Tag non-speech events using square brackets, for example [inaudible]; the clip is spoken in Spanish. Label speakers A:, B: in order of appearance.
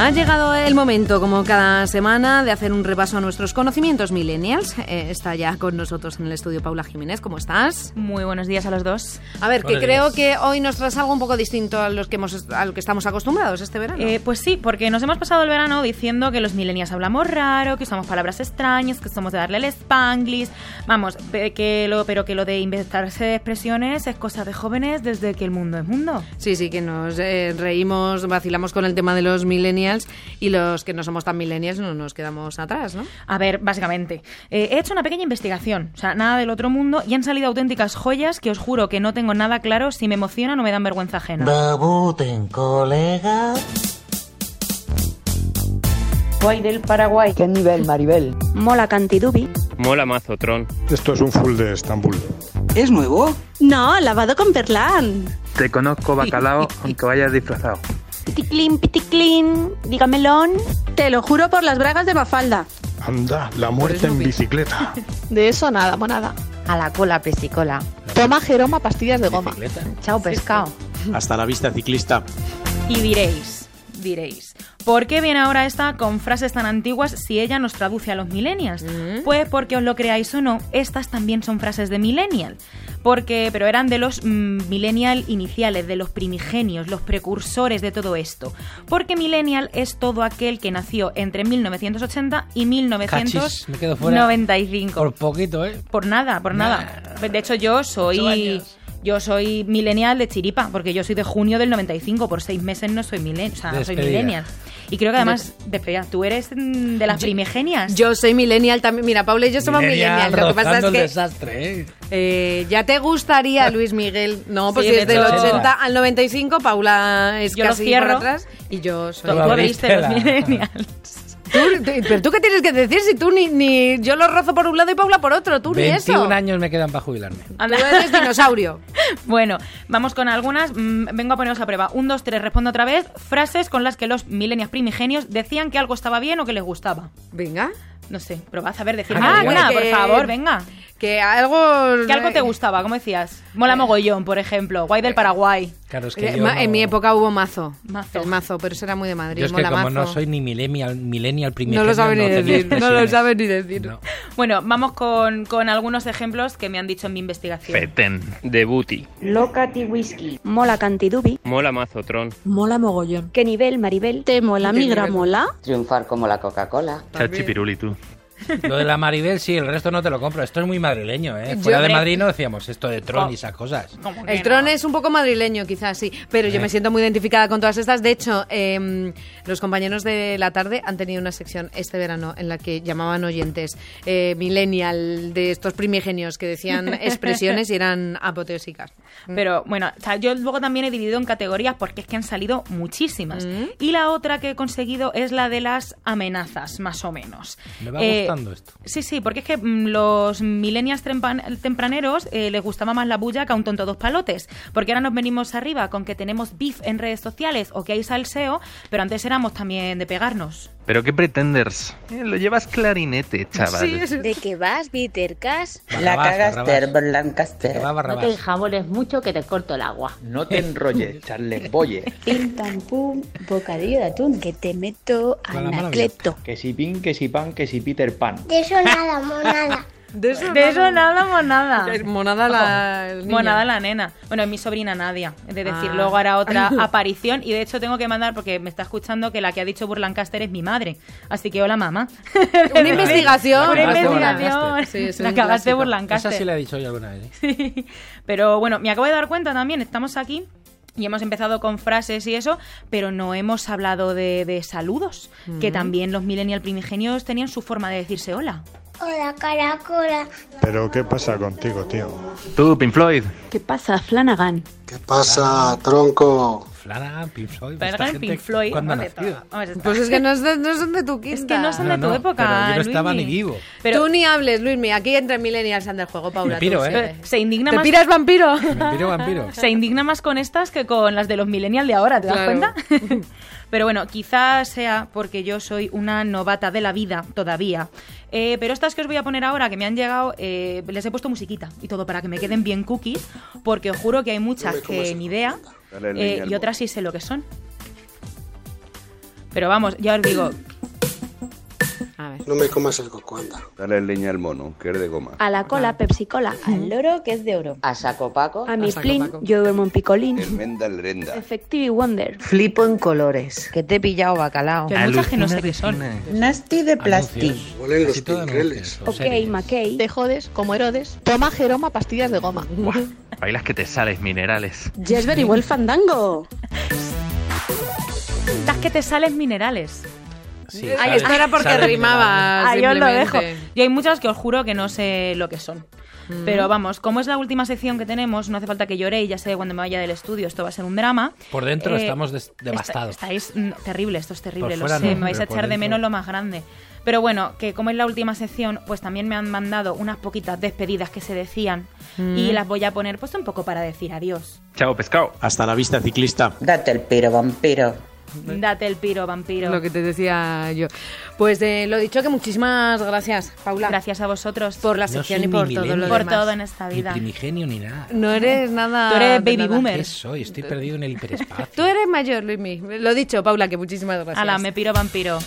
A: Ha llegado el momento, como cada semana, de hacer un repaso a nuestros conocimientos millennials. Eh, está ya con nosotros en el estudio Paula Jiménez. ¿Cómo estás?
B: Muy buenos días a los dos.
A: A ver, que
C: Buenos
A: creo
C: días.
A: que hoy nos traes algo un poco distinto a, los que hemos, a lo que estamos acostumbrados este verano.
B: Eh, pues sí, porque nos hemos pasado el verano diciendo que los millennials hablamos raro, que usamos palabras extrañas, que somos de darle el spanglish. Vamos, pe- que lo, pero que lo de inventarse expresiones es cosa de jóvenes desde que el mundo es mundo.
A: Sí, sí, que nos eh, reímos, vacilamos con el tema de los millennials y los que no somos tan millennials no nos quedamos atrás, ¿no?
B: A ver, básicamente, eh, he hecho una pequeña investigación, o sea, nada del otro mundo, y han salido auténticas joyas que os juro que no tengo nada claro si me emocionan o me dan vergüenza ajena.
D: Debuten, colega.
E: Guay del Paraguay.
F: ¿Qué nivel, Maribel?
G: Mola Cantidubi.
H: Mola mazo, Tron.
I: Esto es un full de Estambul.
J: ¿Es nuevo?
G: No, lavado con perlán.
K: Te conozco, bacalao, aunque vayas disfrazado.
G: Piticlin, piticlin, dígamelón.
J: Te lo juro por las bragas de Mafalda.
I: Anda, la muerte en
A: Snoopy. [laughs]
I: bicicleta.
J: De eso nada, monada.
E: A la cola, pesicola.
J: Toma Jeroma pastillas de goma.
E: Chao, pescado.
C: Hasta la vista, ciclista.
B: Y diréis, diréis, ¿por qué viene ahora esta con frases tan antiguas si ella nos traduce a los millennials?
J: Mm.
B: Pues porque os lo creáis o no, estas también son frases de millennial. Porque, pero eran de los mm, millennial iniciales, de los primigenios, los precursores de todo esto. Porque millennial es todo aquel que nació entre 1980 y 1995.
L: Cachis, me quedo fuera. Por poquito, ¿eh?
B: Por nada, por nada. De hecho, yo soy. Yo soy millennial de chiripa, porque yo soy de junio del 95. Por seis meses no soy millennial. O sea, soy
L: Despedida.
B: millennial. Y creo que además, despedida, tú eres mm, de las primigenias.
A: Yo soy millennial también. Mira, Paula y yo somos
L: Millennial,
A: millennial. Lo que pasa
L: rozando el
A: es que
L: desastre, ¿eh?
A: eh, ya te
B: [laughs]
A: gustaría, Luis Miguel. No, pues
B: Sí,
A: si es
B: de
A: del
B: hecho-
A: 80 al 95, Paula es
B: Yo lo
A: casi por
B: cierro.
A: atrás y yo soy
B: Tú
L: Lo
B: lo
L: abriste,
B: viste, los
L: la-
B: millennials. [laughs]
A: Tú- te- pero tú qué tienes que decir si tú ni, ni yo lo rozo por un lado y Paula por otro, tú ni
L: 21
A: eso.
L: años me quedan para jubilarme.
A: Tú
B: Anda.
A: eres dinosaurio.
B: Bueno, vamos con algunas. Mm, Vengo a poneros a prueba. Un, dos, tres, respondo otra vez. Frases con las que los millennials primigenios decían que algo estaba bien o que les gustaba.
A: Venga.
B: No sé, probad a ver, decir
L: Ah,
B: alguna,
A: que-
B: por favor, venga.
A: Que algo.
B: Que algo te gustaba, ¿cómo decías? Mola mogollón, por ejemplo. Guay del Paraguay.
L: Claro, es que
A: Eh,
L: yo
A: ma-
L: no-
A: En mi época hubo mazo.
B: Mazo.
A: El mazo, pero eso era muy de Madrid.
L: Yo es que
A: mola
L: como no
A: mazo.
L: soy ni millennial, millennial
A: No
L: primigenio,
A: lo saben ni
L: tengo
A: decir. No lo
L: expresiones.
A: saben ni decir.
L: No.
B: Bueno, vamos con, con algunos ejemplos que me han dicho en mi investigación.
K: Petén. Debuti.
E: Locati Whisky.
G: Mola Cantidubi.
K: Mola mazo, Tron.
J: Mola mogollón.
G: ¿Qué nivel, Maribel? ¿Te mola migra mola?
F: Triunfar como la Coca-Cola.
A: También.
K: Chachipiruli, tú.
L: Lo de la Maribel, sí, el resto no te lo compro. Esto es muy madrileño, ¿eh?
B: Yo
L: Fuera de
B: me-
L: Madrid no decíamos esto de Tron y esas cosas.
B: ¿Cómo que
A: El
B: no?
A: tron es un poco madrileño, quizás, sí. Pero yo me siento muy identificada con todas estas. De hecho, eh, los compañeros de la tarde han tenido una sección este verano en la que llamaban oyentes eh, millennial de estos primigenios que
B: [laughs]
A: decían expresiones y eran apoteósicas.
B: Pero bueno, o sea, yo luego también he dividido en categorías porque es que han salido muchísimas. Y la otra que he conseguido es la de las amenazas, más o menos. Eh,
L: Me va gustando esto.
B: Sí, sí, porque es que mm, los millennials trempan- tempraneros eh, les gustaba más la bulla que a un tonto dos palotes. Porque ahora nos venimos arriba con que tenemos beef en redes sociales o que hay salseo, pero antes éramos también de pegarnos.
K: ¿Pero qué pretenders? Eh, lo llevas clarinete, chaval.
A: Sí, es-
G: ¿De qué vas, Bittercast?
F: La
L: Barrabás,
F: cagaster,
L: Barrabás.
F: Berlancaster.
L: Barrabás,
E: No
L: Barrabás.
E: te enjabones mucho que te corto el agua.
C: No te enrolles, Charlemboye.
G: Pim pam pum, bocadillo de atún, que te meto
L: Con la mano anacleto.
C: Que si pin, que si pan, que si Peter Pan.
A: De eso,
B: De eso nada, monada.
A: Es monada la. el niño.
B: Monada la nena. Bueno, es mi sobrina Nadia. Es de decir,
A: Ah.
B: luego hará otra aparición. Y de hecho tengo que mandar, porque me está escuchando, que la que ha dicho Burlancaster es mi madre. Así que hola, mamá.
A: Una investigación.
B: Una
L: cagaste,
B: investigación.
L: Burlancaster.
A: Sí, es
B: la
A: un
B: cagaste
A: clásico.
L: Esa sí
B: Burlancaster.
L: la he dicho yo alguna vez. ¿eh?
B: Pero bueno, me acabo de dar cuenta también, estamos aquí y hemos empezado con frases y eso, pero no hemos hablado de, de saludos, que también los millennial primigenios tenían su forma de decirse hola.
I: Pero ¿qué pasa contigo, tío?
K: Tú, Pink Floyd.
G: ¿Qué pasa, Flanagan?
D: ¿Qué pasa, tronco?
L: Flanagan, Pink Floyd.
B: Pero
L: esta
B: era el
L: gente,
B: Pink Floyd,
L: ¿Cuándo ha
B: vamos, de
L: nacido?
B: todo, vamos, de todo.
A: Pues es que no, es de- no son de tu quinta.
B: Es que no son de
L: No,
B: tu
L: no,
B: época.
L: pero yo no
B: Luismi.
L: estaba ni vivo.
B: Pero,
A: Tú ni hables, Luismi. Aquí entra Millennials al del juego, Paula.
L: Me piro,
A: tú
L: ¿eh?
A: sigue.
B: pero se indigna
A: ¿Te
B: más.
A: piras
B: [laughs]
A: vampiro?
L: Vampiro,
A: [laughs]
L: vampiro.
B: Se indigna más con estas que con las de los millennials de ahora, ¿te
A: Claro.
B: das cuenta? [laughs] pero bueno, quizás sea porque yo soy una novata de la vida todavía. Eh, pero estas que os voy a poner ahora, que me han llegado, eh, les he puesto musiquita y todo para que me queden bien cookies, porque os juro que hay muchas que ni idea eh, y otras sí sé lo que son. Pero vamos, ya os digo,
D: No me comas el coco, anda.
H: Dale leña al mono, que es de goma.
M: A la cola, Pepsi Cola. Al loro, que es de oro.
F: A saco Paco.
M: A mi plin, yo duermo en picolín.
H: Hermenda lerenda.
M: Effective Wonder.
E: Flipo en colores. Que te he pillado bacalao.
M: Que hay muchas que no sé qué son.
E: Nasty de plastic.
D: Huelen los pingueles.
J: Ok, Mackey. Pues Te jodes, como Herodes. Toma Jeroma pastillas de goma.
K: Bailas que te sales, minerales.
J: Jesper y el fandango.
B: das que te sales minerales.
A: Sí, Ay, sales- esto era porque sales rimaba,
B: Ah, yo os lo dejo.
A: simplemente.
B: Yo hay muchas que os juro que no sé lo que son.
A: Mm.
B: Pero vamos, como es la última sección que tenemos, no hace falta que llore y ya sé cuando me vaya del estudio, esto va a ser un drama.
L: Por dentro
B: Eh,
L: estamos des-
B: esta-
L: devastados.
B: estáis mm, terrible, esto es terrible,
L: Por
B: lo
L: fuera
B: sé,
L: no,
B: me vais a
L: pero por
B: echar de
L: dentro-
B: menos lo más grande. Pero bueno, que como es la última sección, pues también me han mandado unas poquitas despedidas que se decían
K: Mm.
B: y las voy a poner pues un poco para decir adiós.
K: Chao, pescado. Hasta la vista, ciclista.
F: Ah. Date el piro, vampiro.
B: Date el piro, vampiro.
A: Mm. Lo que te decía yo. Pues eh, lo dicho, que muchísimas gracias, Paula.
B: Gracias a vosotros.
A: Por la
L: No
A: sección
L: soy
A: y por
L: ni
A: todo lo
L: millennial.
B: Por
A: demás.
B: todo en esta
L: Ni
B: vida.
L: primigenio ni nada.
A: No eres nada.
B: Tú eres
A: de
B: baby
A: nada.
B: boomer.
L: ¿Qué soy? Estoy perdido en el hiperespacio.
A: Tú eres mayor, Luismi. Lo dicho, Paula, que muchísimas gracias.
B: Ala, me piro vampiro.